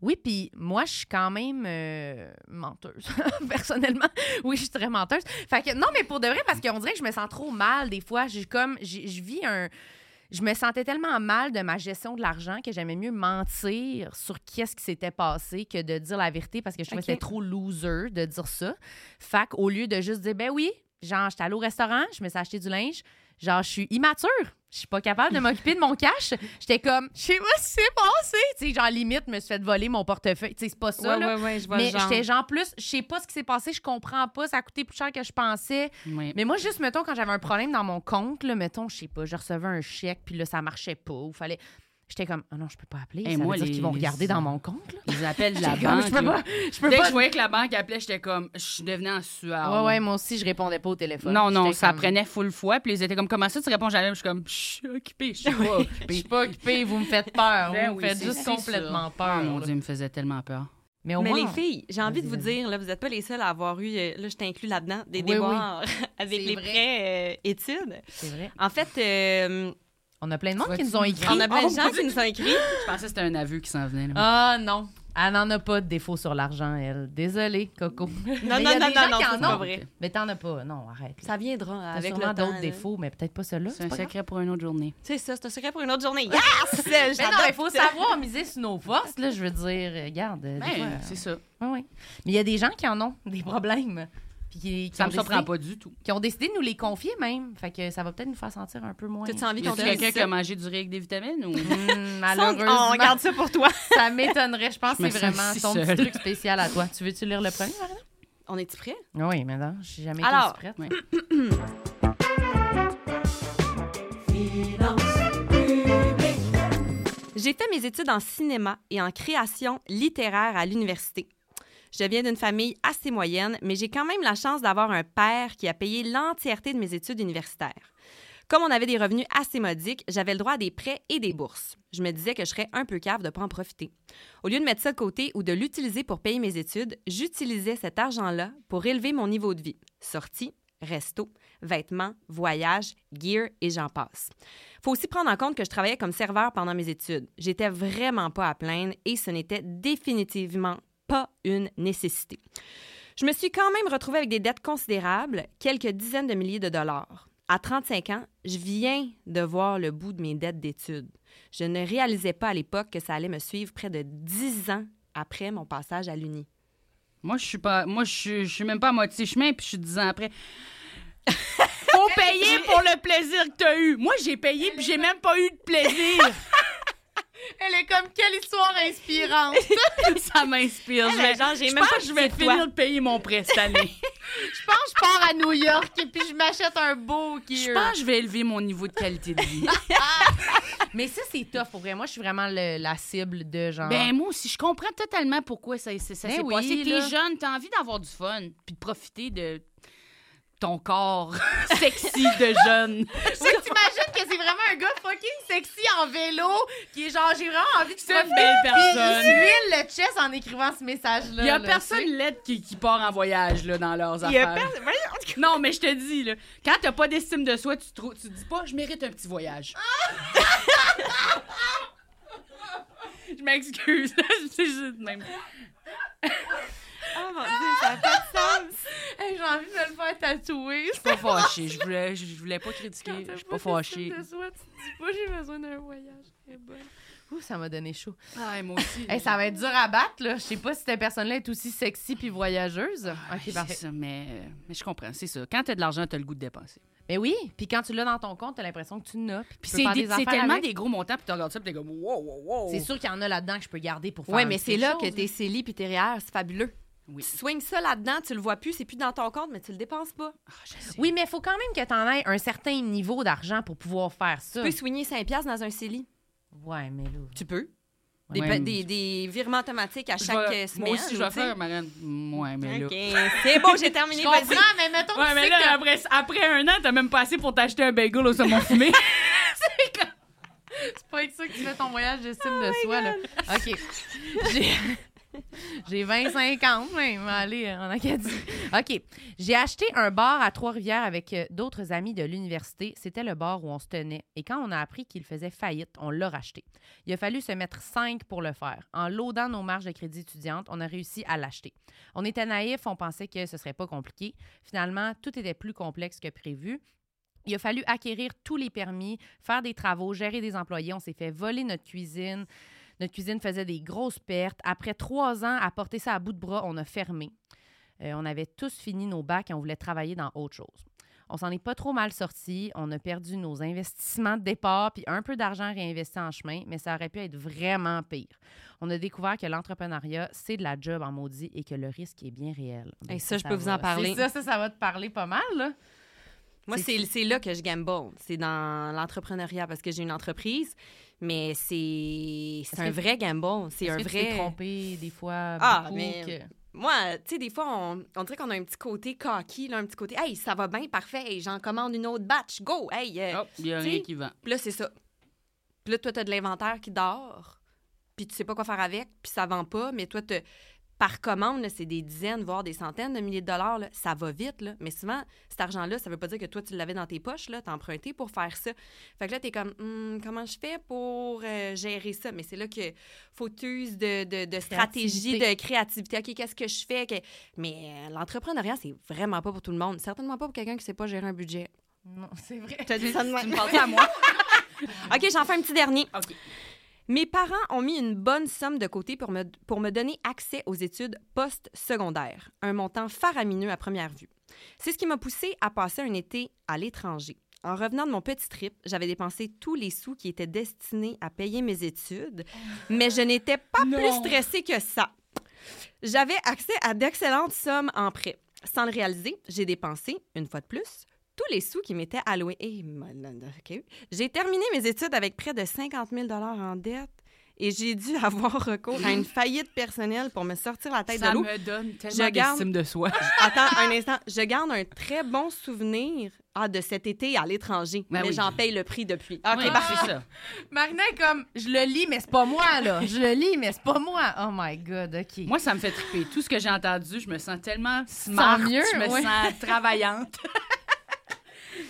[SPEAKER 2] Oui, puis moi, je suis quand même euh, menteuse. Personnellement, oui, je suis très menteuse. Fait que, non, mais pour de vrai, parce qu'on dirait que je me sens trop mal des fois. J'ai comme, j'ai- je vis un. Je me sentais tellement mal de ma gestion de l'argent que j'aimais mieux mentir sur qu'est-ce qui s'était passé que de dire la vérité parce que je trouvais
[SPEAKER 5] Ok.
[SPEAKER 2] que c'était trop loser de dire ça. Fait qu'au lieu de juste dire, ben oui, genre, j'étais allée au restaurant, je me suis acheté du linge, genre, je suis immature. Je suis pas capable de m'occuper de mon cash. J'étais comme, je sais pas ce qui s'est passé. Tu sais, genre, limite, me suis fait voler mon portefeuille. Tu sais, c'est pas ça, là.
[SPEAKER 5] ouais, je
[SPEAKER 2] Mais j'étais genre plus, je sais pas ce qui s'est passé, je comprends pas, ça a coûté plus cher que je pensais.
[SPEAKER 1] Oui.
[SPEAKER 2] Mais moi, juste, mettons, quand j'avais un problème dans mon compte, là, mettons, je sais pas, je recevais un chèque, puis là, ça marchait pas, ou fallait. J'étais comme, ah non, je peux pas appeler.
[SPEAKER 1] Hey,
[SPEAKER 2] ça
[SPEAKER 1] moi,
[SPEAKER 2] veut dire
[SPEAKER 1] les-
[SPEAKER 2] qu'ils vont
[SPEAKER 1] les-
[SPEAKER 2] regarder dans mon compte, là.
[SPEAKER 1] Ils appellent la
[SPEAKER 2] J'étais comme,
[SPEAKER 1] banque.
[SPEAKER 2] je peux
[SPEAKER 1] là.
[SPEAKER 2] pas, je peux
[SPEAKER 1] Dès que
[SPEAKER 2] pas.
[SPEAKER 1] je voyais que la banque appelait, j'étais comme, je devenais en sueur.
[SPEAKER 2] Ouais,
[SPEAKER 1] là.
[SPEAKER 2] ouais, moi aussi, je répondais pas au téléphone.
[SPEAKER 1] Ah Non, non,
[SPEAKER 2] J'étais
[SPEAKER 1] ça
[SPEAKER 2] comme,
[SPEAKER 1] prenait full fois. Puis ils étaient comme, comment ça, tu réponds jamais? Puis Je suis comme, je suis occupée, je suis pas
[SPEAKER 2] Je
[SPEAKER 1] occupée.
[SPEAKER 2] suis pas occupée, vous me faites peur.
[SPEAKER 1] Ben
[SPEAKER 2] vous
[SPEAKER 1] oui,
[SPEAKER 2] me faites
[SPEAKER 1] c'est-
[SPEAKER 2] juste
[SPEAKER 1] c'est
[SPEAKER 2] complètement
[SPEAKER 1] Ah,
[SPEAKER 2] peur.
[SPEAKER 1] mon
[SPEAKER 2] là.
[SPEAKER 1] Dieu, il me faisait tellement peur.
[SPEAKER 2] Mais au
[SPEAKER 5] Mais
[SPEAKER 2] moins.
[SPEAKER 5] les
[SPEAKER 2] on-
[SPEAKER 5] filles, j'ai envie de vous
[SPEAKER 2] Vas-y,
[SPEAKER 5] dire, là, vous n'êtes pas les seules à avoir eu, euh, là, je t'inclus là-dedans, des
[SPEAKER 2] Oui,
[SPEAKER 5] déboires avec
[SPEAKER 3] C'est
[SPEAKER 5] les
[SPEAKER 3] vrai.
[SPEAKER 5] prêts euh, études.
[SPEAKER 2] C'est vrai.
[SPEAKER 5] En fait, euh,
[SPEAKER 2] On a plein de monde
[SPEAKER 1] vois-tu
[SPEAKER 2] qui nous ont
[SPEAKER 1] une
[SPEAKER 2] écrit.
[SPEAKER 5] on a plein
[SPEAKER 1] Oh,
[SPEAKER 5] de gens qui nous ont écrit.
[SPEAKER 1] Je pensais que c'était un aveu qui s'en venait. là.
[SPEAKER 2] Ah non. Elle n'en a pas de défaut sur l'argent, elle. Désolée, Coco.
[SPEAKER 5] Non,
[SPEAKER 2] Mais
[SPEAKER 5] non,
[SPEAKER 2] il y a
[SPEAKER 5] non,
[SPEAKER 2] des
[SPEAKER 5] non,
[SPEAKER 2] gens
[SPEAKER 5] non,
[SPEAKER 2] qui
[SPEAKER 5] c'est
[SPEAKER 2] en
[SPEAKER 5] pas
[SPEAKER 2] ont.
[SPEAKER 5] vrai.
[SPEAKER 2] Mais t'en as pas. Non, arrête. là.
[SPEAKER 5] Ça viendra
[SPEAKER 2] T'as
[SPEAKER 5] avec
[SPEAKER 2] sûrement
[SPEAKER 5] le temps.
[SPEAKER 2] d'autres
[SPEAKER 5] là.
[SPEAKER 2] défauts, mais peut-être pas ceux-là.
[SPEAKER 1] C'est
[SPEAKER 2] c'est
[SPEAKER 1] un
[SPEAKER 2] pas grave.
[SPEAKER 1] secret pour une autre journée.
[SPEAKER 5] C'est ça, c'est un secret pour une autre journée.
[SPEAKER 2] Mais
[SPEAKER 5] Yes!
[SPEAKER 2] non,
[SPEAKER 5] J'adore
[SPEAKER 2] il faut savoir miser sur nos forces, là, je veux dire, euh, regarde, euh, des
[SPEAKER 1] Ben,
[SPEAKER 2] fois, euh,
[SPEAKER 1] c'est ça.
[SPEAKER 2] oui, oui. Mais il y a des gens qui en ont des problèmes, puis qui, qui
[SPEAKER 1] Ça
[SPEAKER 2] ont
[SPEAKER 1] me
[SPEAKER 2] décidé,
[SPEAKER 1] surprend pas du tout.
[SPEAKER 2] qui ont décidé de nous les confier même, fait que ça va peut-être nous faire sentir un peu moins.
[SPEAKER 5] T'as-tu envie
[SPEAKER 1] Y a
[SPEAKER 5] qu'on te
[SPEAKER 1] quelqu'un
[SPEAKER 5] dise
[SPEAKER 1] qui a
[SPEAKER 5] ça?
[SPEAKER 1] mangé du riz avec des vitamines ou...
[SPEAKER 3] Oh,
[SPEAKER 2] Hum,
[SPEAKER 5] Ça, on-
[SPEAKER 2] malheureusement,
[SPEAKER 5] On garde ça pour toi.
[SPEAKER 2] ça m'étonnerait. Je pense
[SPEAKER 1] Je
[SPEAKER 2] que
[SPEAKER 1] me
[SPEAKER 2] c'est
[SPEAKER 1] sens
[SPEAKER 2] vraiment
[SPEAKER 1] si
[SPEAKER 2] ton petit
[SPEAKER 1] seule.
[SPEAKER 2] truc spécial à toi. Tu veux-tu lire le premier, Marina?
[SPEAKER 5] On est-tu prêts?
[SPEAKER 2] Ah Oui, mais non, je suis jamais
[SPEAKER 5] Alors,
[SPEAKER 2] été aussi prête.
[SPEAKER 5] J'ai fait mes études en cinéma et en création littéraire à l'université. Je viens d'une famille assez moyenne, mais j'ai quand même la chance d'avoir un père qui a payé l'entièreté de mes études universitaires. Comme on avait des revenus assez modiques, j'avais le droit à des prêts et des bourses. Je me disais que je serais un peu cave de ne pas en profiter. Au lieu de mettre ça de côté ou de l'utiliser pour payer mes études, j'utilisais cet argent-là pour élever mon niveau de vie. Sorties, restos, vêtements, voyages, gear et j'en passe. Faut aussi prendre en compte que je travaillais comme serveur pendant mes études. J'étais vraiment pas à plaindre et ce n'était définitivement pas une nécessité. Je me suis quand même retrouvée avec des dettes considérables, quelques dizaines de milliers de dollars. À 35 ans, je viens de voir le bout de mes dettes d'études. Je ne réalisais pas à l'époque que ça allait me suivre près de 10 ans après mon passage à l'Uni.
[SPEAKER 1] Moi, je suis pas. Moi, je suis- je suis même pas à moitié chemin, puis je suis 10 ans après. Faut payer pour le plaisir que t'as eu. Moi, j'ai payé, puis j'ai même pas eu de plaisir.
[SPEAKER 3] Elle est comme quelle histoire inspirante.
[SPEAKER 1] Ça m'inspire. Je vais-
[SPEAKER 5] genre, j'ai
[SPEAKER 1] je pense que je vais finir de payer mon prêt cette année.
[SPEAKER 3] Je pense que je pars à New York et puis je m'achète un beau
[SPEAKER 1] Je
[SPEAKER 3] gear.
[SPEAKER 1] pense que je vais élever mon niveau de qualité de vie.
[SPEAKER 2] Mais ça, c'est tough pour vrai. Moi, je suis vraiment le- la cible de genre.
[SPEAKER 1] Ben, moi aussi, je comprends totalement pourquoi ça, ça, ça
[SPEAKER 2] Ben
[SPEAKER 1] s'est
[SPEAKER 2] oui,
[SPEAKER 1] passé. T'es
[SPEAKER 2] là.
[SPEAKER 1] jeune, t'as envie d'avoir du fun, puis de profiter de ton corps sexy de jeune.
[SPEAKER 3] Tu sais, t'imagines que c'est vraiment un gars fucking sexy en vélo qui est genre j'ai vraiment envie de
[SPEAKER 1] C'est une
[SPEAKER 3] profiter.
[SPEAKER 1] belle
[SPEAKER 3] Puis il
[SPEAKER 1] personne.
[SPEAKER 3] huile le chest en écrivant ce message-là.
[SPEAKER 1] Il y a
[SPEAKER 3] là,
[SPEAKER 1] personne
[SPEAKER 3] tu
[SPEAKER 1] laide qui, qui part en voyage là, dans leurs
[SPEAKER 5] Il y a
[SPEAKER 1] affaires.
[SPEAKER 5] personne- voyons.
[SPEAKER 1] Non, mais je te dis, là, quand t'as pas d'estime de soi, tu, trou- tu dis pas « je mérite un petit voyage ». Je m'excuse, c'est juste même.
[SPEAKER 5] Oh mon Dieu, ça a pas de sens.
[SPEAKER 3] sais. Hey, j'ai envie de me le faire tatouer.
[SPEAKER 1] Je suis pas fâchée, je voulais, je voulais pas critiquer, je suis pas fâchée.
[SPEAKER 3] De soi, tu te dis pas j'ai besoin d'un voyage. Eh ben.
[SPEAKER 2] Ouh, ça m'a donné chaud.
[SPEAKER 1] Ah, moi aussi.
[SPEAKER 2] Hey, ça va être dur à battre, là. Je sais pas si cette personne-là est aussi sexy puis voyageuse.
[SPEAKER 1] Ouais,
[SPEAKER 2] Ok, parfait.
[SPEAKER 1] c'est ça, mais, euh, mais je comprends, c'est ça. Quand t'as de l'argent, t'as le goût de dépenser.
[SPEAKER 2] Mais oui, puis quand tu l'as dans ton compte, t'as l'impression que tu n'as. Puis tu
[SPEAKER 1] Puis
[SPEAKER 2] peux
[SPEAKER 1] c'est
[SPEAKER 2] faire
[SPEAKER 1] des-
[SPEAKER 2] des
[SPEAKER 1] c'est
[SPEAKER 2] affaires
[SPEAKER 1] tellement
[SPEAKER 2] avec.
[SPEAKER 1] des gros montants, puis tu regardes ça, puis t'es comme « wow, wow, wow ».
[SPEAKER 2] C'est sûr qu'il y en a là-dedans que je peux garder pour faire.
[SPEAKER 5] Ouais,
[SPEAKER 2] un
[SPEAKER 5] mais
[SPEAKER 2] petit
[SPEAKER 5] c'est
[SPEAKER 2] quelque
[SPEAKER 5] là
[SPEAKER 2] chose,
[SPEAKER 5] que t'es scellé puis t'es réel, c'est fabuleux.
[SPEAKER 1] Oui.
[SPEAKER 5] Tu swings ça là-dedans, tu le vois plus, c'est plus dans ton compte, mais tu le dépenses pas.
[SPEAKER 1] Ah, je sais.
[SPEAKER 2] Oui, mais il faut quand même que t'en aies un certain niveau d'argent pour pouvoir faire ça.
[SPEAKER 5] Tu peux swinguer 5 piastres dans un CELI.
[SPEAKER 2] Ouais, mais là.
[SPEAKER 5] Tu peux. Des,
[SPEAKER 1] Ouais.
[SPEAKER 5] des, des virements automatiques à
[SPEAKER 1] Je
[SPEAKER 5] chaque
[SPEAKER 1] vais-
[SPEAKER 5] euh, semaine.
[SPEAKER 1] Moi aussi, je vais
[SPEAKER 5] tu sais.
[SPEAKER 1] faire, Marianne. Ouais, mais là...
[SPEAKER 5] OK, c'est bon, j'ai terminé.
[SPEAKER 3] Je
[SPEAKER 5] vas-y.
[SPEAKER 3] comprends, mais mettons que
[SPEAKER 1] Ouais,
[SPEAKER 3] tu
[SPEAKER 1] mais
[SPEAKER 3] sais
[SPEAKER 1] là,
[SPEAKER 3] que t'as-
[SPEAKER 1] après, après un an, t'as même pas assez pour t'acheter un bagel au saumon fumé.
[SPEAKER 3] c'est pas avec ça que tu fais ton voyage d'estime
[SPEAKER 2] de soi, là. OK. J'ai- J'ai 25 ans, même. Allez, euh, en Acadie. OK. J'ai acheté un bar à Trois-Rivières avec euh, d'autres amis de l'université. C'était le bar où on se tenait. Et quand on a appris qu'il faisait faillite, on l'a racheté. Il a fallu se mettre 5 pour le faire. En laudant nos marges de crédit étudiantes, on a réussi à l'acheter. On était naïfs, on pensait que ce serait pas compliqué. Finalement, tout était plus complexe que prévu. Il a fallu acquérir tous les permis, faire des travaux, gérer des employés. On s'est fait voler notre cuisine. Notre cuisine faisait des grosses pertes. Après trois ans à porter ça à bout de bras, on a fermé. Euh, on avait tous fini nos bacs et on voulait travailler dans autre chose. On s'en est pas trop mal sorti. On a perdu nos investissements de départ puis un peu d'argent réinvesti en chemin, mais ça aurait pu être vraiment pire. On a découvert que l'entrepreneuriat, c'est de la job en maudit et que le risque est bien réel. Ben,
[SPEAKER 5] Hey, ça, je peux vous en
[SPEAKER 2] va-
[SPEAKER 5] parler.
[SPEAKER 2] C'est Ça, ça, ça va te parler pas mal, là.
[SPEAKER 5] Moi, c'est c'est là que je gamble. C'est dans l'entrepreneuriat parce que j'ai une entreprise, mais c'est c'est
[SPEAKER 2] Est-ce
[SPEAKER 5] un
[SPEAKER 2] que-
[SPEAKER 5] vrai gamble. C'est un
[SPEAKER 2] Est-ce que tu t'es
[SPEAKER 5] vrai.
[SPEAKER 2] trompé des fois
[SPEAKER 5] Ah,
[SPEAKER 2] beaucoup
[SPEAKER 5] mais-
[SPEAKER 2] que-
[SPEAKER 5] Moi, tu sais, des fois, on, on dirait qu'on a un petit côté cocky, là, un petit côté, hey, ça va bien, parfait, hey, j'en commande une autre batch, go, hey. euh,
[SPEAKER 1] Hop, il Oh, y a
[SPEAKER 5] Tu sais,
[SPEAKER 1] rien qui vend.
[SPEAKER 5] Puis là, c'est ça. Puis là, toi, t'as de l'inventaire qui dort, puis tu sais pas quoi faire avec, puis ça vend pas, mais toi, t'as- par commande, là, c'est des dizaines, voire des centaines de milliers de dollars. là. Ça va vite, là. mais souvent, cet argent-là, ça veut pas dire que toi, tu l'avais dans tes poches, là, t'as emprunté pour faire ça. Fait que là, t'es comme, Hum, comment je fais pour euh, gérer ça? Mais c'est là que faut que tu uses de, de, de stratégie, de créativité. OK, qu'est-ce que je fais? Que- Mais euh, l'entrepreneuriat, c'est vraiment pas pour tout le monde. Certainement pas pour quelqu'un qui sait pas gérer un budget.
[SPEAKER 2] Non, c'est vrai.
[SPEAKER 6] T'as dit ça de
[SPEAKER 1] Tu
[SPEAKER 6] même.
[SPEAKER 1] me penses à moi.
[SPEAKER 5] OK, j'en fais un petit dernier. Mes parents ont mis une bonne somme de côté pour me, pour me donner accès aux études post-secondaires, un montant faramineux à première vue. C'est ce qui m'a poussé à passer un été à l'étranger. En revenant de mon petit trip, j'avais dépensé tous les sous qui étaient destinés à payer mes études, mais je n'étais pas plus stressée que ça. J'avais accès à d'excellentes sommes en prêt. Sans le réaliser, j'ai dépensé, une fois de plus, tous les sous qui m'étaient alloués. Eh, mon- OK. J'ai terminé mes études avec près de 50 000 en dette et j'ai dû avoir recours à une faillite personnelle pour me sortir la tête
[SPEAKER 1] Ça
[SPEAKER 5] de l'eau.
[SPEAKER 1] me donne
[SPEAKER 5] Je
[SPEAKER 1] tellement
[SPEAKER 5] garde-
[SPEAKER 1] d'estime de soi.
[SPEAKER 5] Attends un instant, je garde un très bon souvenir ah, de cet été à l'étranger,
[SPEAKER 1] Ben
[SPEAKER 5] mais
[SPEAKER 1] oui.
[SPEAKER 5] j'en paye le prix depuis.
[SPEAKER 2] Ah,
[SPEAKER 1] OK,
[SPEAKER 5] OK, parfait.
[SPEAKER 1] c'est ça.
[SPEAKER 2] Marina est comme, je le lis, mais c'est pas moi, là. Je le lis, mais c'est pas moi. Oh my God, OK.
[SPEAKER 1] Moi, ça me fait triper. Tout ce que j'ai entendu, je me sens tellement smart,
[SPEAKER 2] mieux,
[SPEAKER 1] je me
[SPEAKER 2] ouais.
[SPEAKER 1] sens travaillante.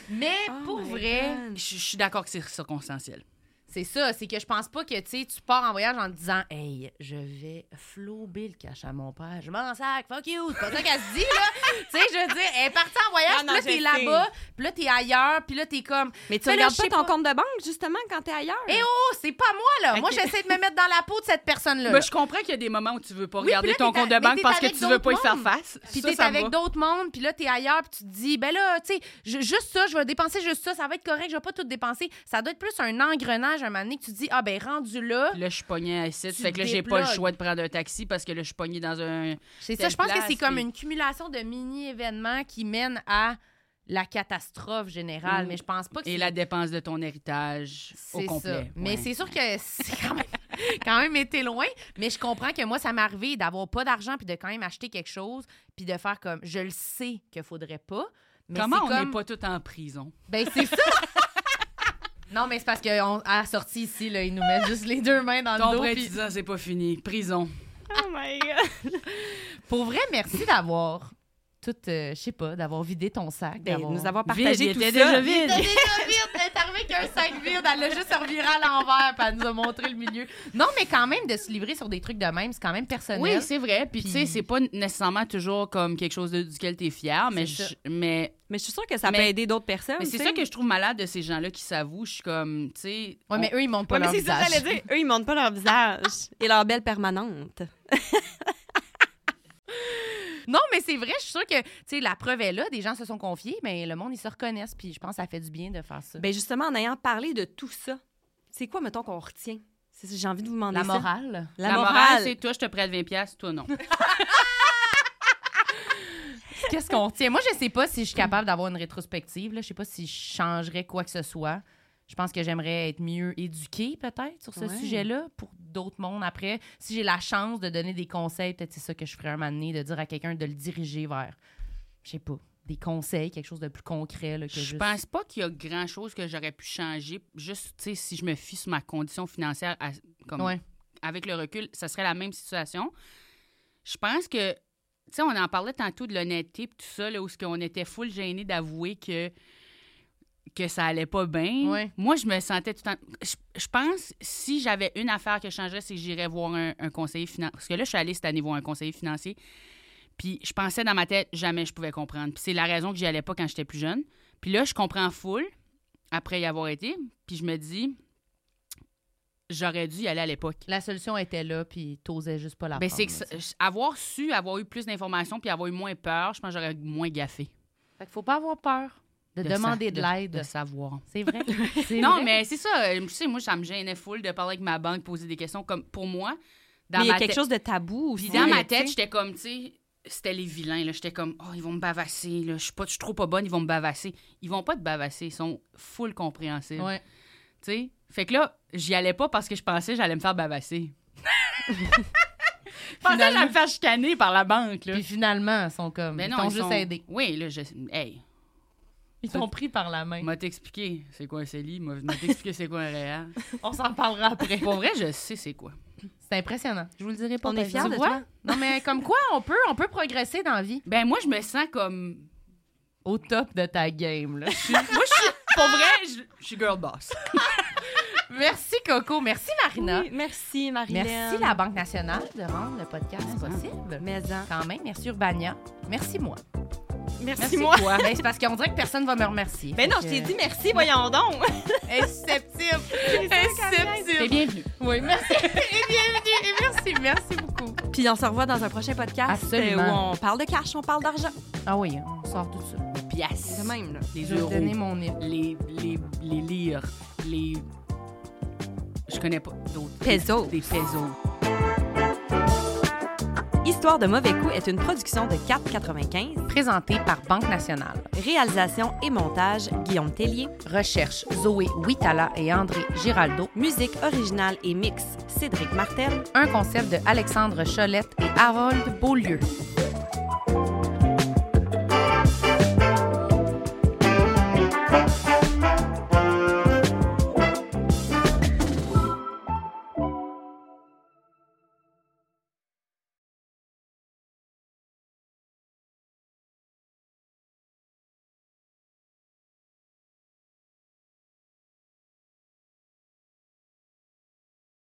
[SPEAKER 2] mais
[SPEAKER 5] Oh
[SPEAKER 2] pour
[SPEAKER 5] my
[SPEAKER 2] vrai,
[SPEAKER 5] God.
[SPEAKER 1] Je je suis d'accord que c'est circonstanciel.
[SPEAKER 2] c'est ça. C'est que je pense pas que, tu sais, tu pars en voyage en te disant, hey, je vais flober le cash à mon père. Je m'en sac, fuck you. C'est pas ça qu'elle se dit, là. tu sais, je veux dire, elle est partie en voyage,
[SPEAKER 6] Non,
[SPEAKER 2] puis
[SPEAKER 6] non,
[SPEAKER 2] là,
[SPEAKER 6] je
[SPEAKER 2] t'es
[SPEAKER 6] sais.
[SPEAKER 2] là-bas, puis là, t'es ailleurs, puis là, t'es comme,
[SPEAKER 5] Mais tu
[SPEAKER 2] Mais là,
[SPEAKER 5] regardes
[SPEAKER 2] je sais
[SPEAKER 5] pas ton
[SPEAKER 2] pas.
[SPEAKER 5] compte de banque, justement, quand t'es ailleurs.
[SPEAKER 2] Eh oh, c'est pas moi, là. Moi,
[SPEAKER 5] Ok.
[SPEAKER 2] j'essaie de me mettre dans la peau de cette personne-là.
[SPEAKER 1] Ben,
[SPEAKER 2] là.
[SPEAKER 1] je comprends qu'il y a des moments où tu veux pas
[SPEAKER 2] Euh, Oui,
[SPEAKER 1] regarder
[SPEAKER 2] puis là,
[SPEAKER 1] ton
[SPEAKER 2] t'es
[SPEAKER 1] compte
[SPEAKER 2] à-
[SPEAKER 1] de banque
[SPEAKER 2] mais t'es
[SPEAKER 1] parce que
[SPEAKER 2] avec
[SPEAKER 1] tu veux pas y
[SPEAKER 2] d'autres
[SPEAKER 1] faire
[SPEAKER 2] mondes.
[SPEAKER 1] face.
[SPEAKER 2] Puis
[SPEAKER 1] ça,
[SPEAKER 2] t'es
[SPEAKER 1] ça me
[SPEAKER 2] avec
[SPEAKER 1] va.
[SPEAKER 2] d'autres mondes, puis là, t'es ailleurs, puis tu te dis, ben là, tu sais, ju- juste ça, je vais dépenser juste ça, ça va être correct, je vais pas tout dépenser. Ça doit être plus un engrenage un moment donné que tu te dis, ah ben rendu là,
[SPEAKER 1] Puis Là, je suis pognée à 7.
[SPEAKER 2] Tu
[SPEAKER 1] Fait que là, j'ai pas le
[SPEAKER 2] déplugues.
[SPEAKER 1] choix de prendre un taxi parce que là, je suis pognée dans un.
[SPEAKER 2] c'est ça.
[SPEAKER 1] telle
[SPEAKER 2] Je pense que
[SPEAKER 1] place,
[SPEAKER 2] c'est comme
[SPEAKER 1] puis-
[SPEAKER 2] une cumulation de mini-événements qui mènent à la catastrophe générale,
[SPEAKER 1] Mm.
[SPEAKER 2] mais je pense pas que
[SPEAKER 1] Et
[SPEAKER 2] c'est-
[SPEAKER 1] la dépense de ton héritage au
[SPEAKER 2] C'est
[SPEAKER 1] complet.
[SPEAKER 2] ça. Mais
[SPEAKER 1] Ouais.
[SPEAKER 2] c'est sûr que c'est quand même, quand même été loin. Mais je comprends que moi, ça m'est arrivé d'avoir pas d'argent puis de quand même acheter quelque chose puis de faire comme je le sais qu'il faudrait pas. Mais
[SPEAKER 1] Comment
[SPEAKER 2] c'est
[SPEAKER 1] on n'est
[SPEAKER 2] comme-
[SPEAKER 1] pas tous en prison?
[SPEAKER 2] Ben, c'est ça! non, mais c'est parce qu'on à la sortie ici, là, ils nous mettent juste les deux mains dans
[SPEAKER 1] Ton
[SPEAKER 2] le dos.
[SPEAKER 1] vrai
[SPEAKER 2] puis-
[SPEAKER 1] disant, c'est pas fini. Prison.
[SPEAKER 5] Ah.
[SPEAKER 6] Oh my God.
[SPEAKER 2] Pour vrai, merci d'avoir tout, euh, je sais pas, d'avoir vidé ton sac.
[SPEAKER 5] Ben,
[SPEAKER 2] d'avoir-
[SPEAKER 5] nous avoir
[SPEAKER 1] Vide, il
[SPEAKER 5] partagé tout ça.
[SPEAKER 1] était déjà
[SPEAKER 2] T'as
[SPEAKER 1] vide.
[SPEAKER 2] déjà vide, elle est arrivée avec un sac vide, elle l'a juste reviré à l'envers, puis elle nous a montré le milieu. Non, mais quand même, de se livrer sur des trucs de même, c'est quand même personnel.
[SPEAKER 1] Oui, c'est vrai. Puis, tu sais,
[SPEAKER 2] Puis-
[SPEAKER 1] c'est pas nécessairement toujours comme quelque chose de- duquel t'es fier, mais,
[SPEAKER 2] C'est ça.
[SPEAKER 1] je- mais
[SPEAKER 5] Mais je suis sûre que ça peut
[SPEAKER 1] Mais-
[SPEAKER 5] aider d'autres personnes.
[SPEAKER 1] Ah, Mais c'est
[SPEAKER 5] tu
[SPEAKER 1] ça
[SPEAKER 5] sais.
[SPEAKER 1] que je trouve malade de ces gens-là qui s'avouent. Je suis comme, tu sais.
[SPEAKER 2] Ouais, mais eux, ils montent pas
[SPEAKER 6] Ouais, mais
[SPEAKER 2] leur
[SPEAKER 6] c'est ça que
[SPEAKER 2] visage.
[SPEAKER 6] j'allais dire. Eux, ils montrent pas leur visage.
[SPEAKER 5] Et leur belle permanente.
[SPEAKER 2] Non, mais c'est vrai, je suis sûre que, tu sais, la preuve est là, des gens se sont confiés, mais le monde, ils se reconnaissent, puis je pense que ça fait du bien de faire ça.
[SPEAKER 5] Ben justement, en ayant parlé de tout ça, c'est quoi, mettons, qu'on retient? C'est- J'ai envie de vous demander
[SPEAKER 2] la
[SPEAKER 5] ça.
[SPEAKER 2] morale.
[SPEAKER 5] La,
[SPEAKER 1] la
[SPEAKER 5] morale.
[SPEAKER 1] morale, c'est toi, je te prête 20$, piastres, toi, non.
[SPEAKER 2] Qu'est-ce qu'on retient? Moi, je sais pas si je suis capable d'avoir une rétrospective. Là. Je sais pas si je changerais quoi que ce soit. Je pense que j'aimerais être mieux éduquée, peut-être, sur ce
[SPEAKER 5] Ouais.
[SPEAKER 2] sujet-là, pour d'autres mondes après. Si j'ai la chance de donner des conseils, peut-être c'est ça que je ferais un moment donné, de dire à quelqu'un de le diriger vers, je sais pas, des conseils, quelque chose de plus concret là, que
[SPEAKER 1] Je
[SPEAKER 2] juste-
[SPEAKER 1] pense pas qu'il y a grand-chose que j'aurais pu changer. Juste, tu sais, si je me fie sur ma condition financière, à- comme,
[SPEAKER 2] Ouais.
[SPEAKER 1] avec le recul, ça serait la même situation. Je pense que, tu sais, on en parlait tantôt de l'honnêteté pis tout ça, là, où ce qu'on était full gêné d'avouer que que ça allait pas bien.
[SPEAKER 2] Ouais.
[SPEAKER 1] Moi, je me sentais tout le temps... Je, je pense, si j'avais une affaire que je changerais, c'est que j'irais voir un, un conseiller financier. Parce que là, je suis allée cette année voir un conseiller financier. Puis je pensais dans ma tête, jamais je pouvais comprendre. Puis c'est la raison que j'y allais pas quand j'étais plus jeune. Puis là, je comprends full après y avoir été. Puis je me dis, j'aurais dû y aller à l'époque.
[SPEAKER 2] La solution était là, puis t'osais juste pas la
[SPEAKER 1] Ben,
[SPEAKER 2] prendre,
[SPEAKER 1] c'est que
[SPEAKER 2] là,
[SPEAKER 1] ça-
[SPEAKER 2] tu sais.
[SPEAKER 1] avoir su, avoir eu plus d'informations puis avoir eu moins peur, je pense que j'aurais moins gaffé.
[SPEAKER 2] Fait qu'il faut pas avoir peur de,
[SPEAKER 1] De
[SPEAKER 2] demander
[SPEAKER 1] sa-
[SPEAKER 2] de l'aide.
[SPEAKER 1] De savoir.
[SPEAKER 2] C'est vrai. C'est
[SPEAKER 1] Non,
[SPEAKER 2] vrai.
[SPEAKER 1] mais c'est ça. euh, Tu sais, moi, ça me gênait full de parler avec ma banque, poser des questions. Comme pour moi, dans
[SPEAKER 5] Mais il y a
[SPEAKER 1] ma
[SPEAKER 5] quelque
[SPEAKER 1] tête-
[SPEAKER 5] chose de tabou aussi.
[SPEAKER 1] Puis dans ma
[SPEAKER 5] tu sais.
[SPEAKER 1] tête, j'étais comme, tu sais, c'était les vilains. là. J'étais comme, oh, ils vont me bavasser. là. Je suis pas- je suis trop pas bonne, ils vont me bavasser. Ils vont pas te bavasser. Ils sont full compréhensibles.
[SPEAKER 2] Ouais.
[SPEAKER 1] Tu sais? Fait que là, j'y allais pas parce que je pensais que j'allais me faire bavasser. je pensais que j'allais me faire chicaner par la banque. Là.
[SPEAKER 2] Puis finalement, ils sont comme.
[SPEAKER 1] Mais
[SPEAKER 2] ils
[SPEAKER 1] Ben non,
[SPEAKER 2] t'ont
[SPEAKER 1] ils
[SPEAKER 2] juste
[SPEAKER 1] sont-
[SPEAKER 2] aidé.
[SPEAKER 1] Oui, là, je... Hey,
[SPEAKER 2] Ils t'ont pris par la main.
[SPEAKER 1] m'a t'expliqué c'est quoi un CELI, m'a m'a t'expliqué c'est quoi un REER.
[SPEAKER 2] On s'en parlera après.
[SPEAKER 1] Pour vrai, je sais c'est quoi.
[SPEAKER 2] C'est impressionnant. Je vous le dirai pas.
[SPEAKER 5] On
[SPEAKER 2] par
[SPEAKER 5] est fiers
[SPEAKER 2] exemple.
[SPEAKER 5] de
[SPEAKER 2] Tu vois? Non, mais comme quoi, on peut, on peut progresser dans la vie.
[SPEAKER 1] Ben moi, je me sens comme...
[SPEAKER 2] Au top de ta game, là.
[SPEAKER 1] je- moi, je suis... Pour vrai, je, je suis girl boss.
[SPEAKER 2] Merci, Coco. Merci, Marina.
[SPEAKER 5] Oui, merci, Marilyn. Ah,
[SPEAKER 2] Merci, la Banque nationale, de rendre le podcast
[SPEAKER 1] Mais, hein.
[SPEAKER 2] possible.
[SPEAKER 5] Mais en-
[SPEAKER 2] Quand même, merci, Urbania. Merci, moi.
[SPEAKER 5] Merci,
[SPEAKER 2] Merci,
[SPEAKER 5] moi.
[SPEAKER 2] toi. Ben, c'est parce qu'on dirait que personne va me remercier.
[SPEAKER 5] Ben non, je t'ai dit merci, voyons donc.
[SPEAKER 2] Insusceptible.
[SPEAKER 1] C'est
[SPEAKER 2] Insusceptible.
[SPEAKER 1] bienvenue.
[SPEAKER 2] Oui, merci. Et bienvenue. Et merci, merci beaucoup.
[SPEAKER 5] Puis on se revoit dans un prochain podcast
[SPEAKER 2] Absolument.
[SPEAKER 5] euh, où on parle de cash, on parle d'argent.
[SPEAKER 2] Ah oui, on sort tout ça.
[SPEAKER 1] Pièce.
[SPEAKER 5] De même, là.
[SPEAKER 1] Les
[SPEAKER 2] Je vais
[SPEAKER 1] euros.
[SPEAKER 2] vous donner mon nez.
[SPEAKER 1] Les, les, les lire. Les... Je connais pas d'autres.
[SPEAKER 5] Pesos.
[SPEAKER 1] Des pesos.
[SPEAKER 5] Histoire de mauvais coup est une production de 4,95.
[SPEAKER 2] Présenté par Banque nationale.
[SPEAKER 5] Réalisation et montage, Guillaume Tellier.
[SPEAKER 2] Recherche Zoé Huitala et André Giraldo.
[SPEAKER 5] Musique originale et mix, Cédric Martel.
[SPEAKER 2] Un concept de Alexandre Cholette et Harold Beaulieu.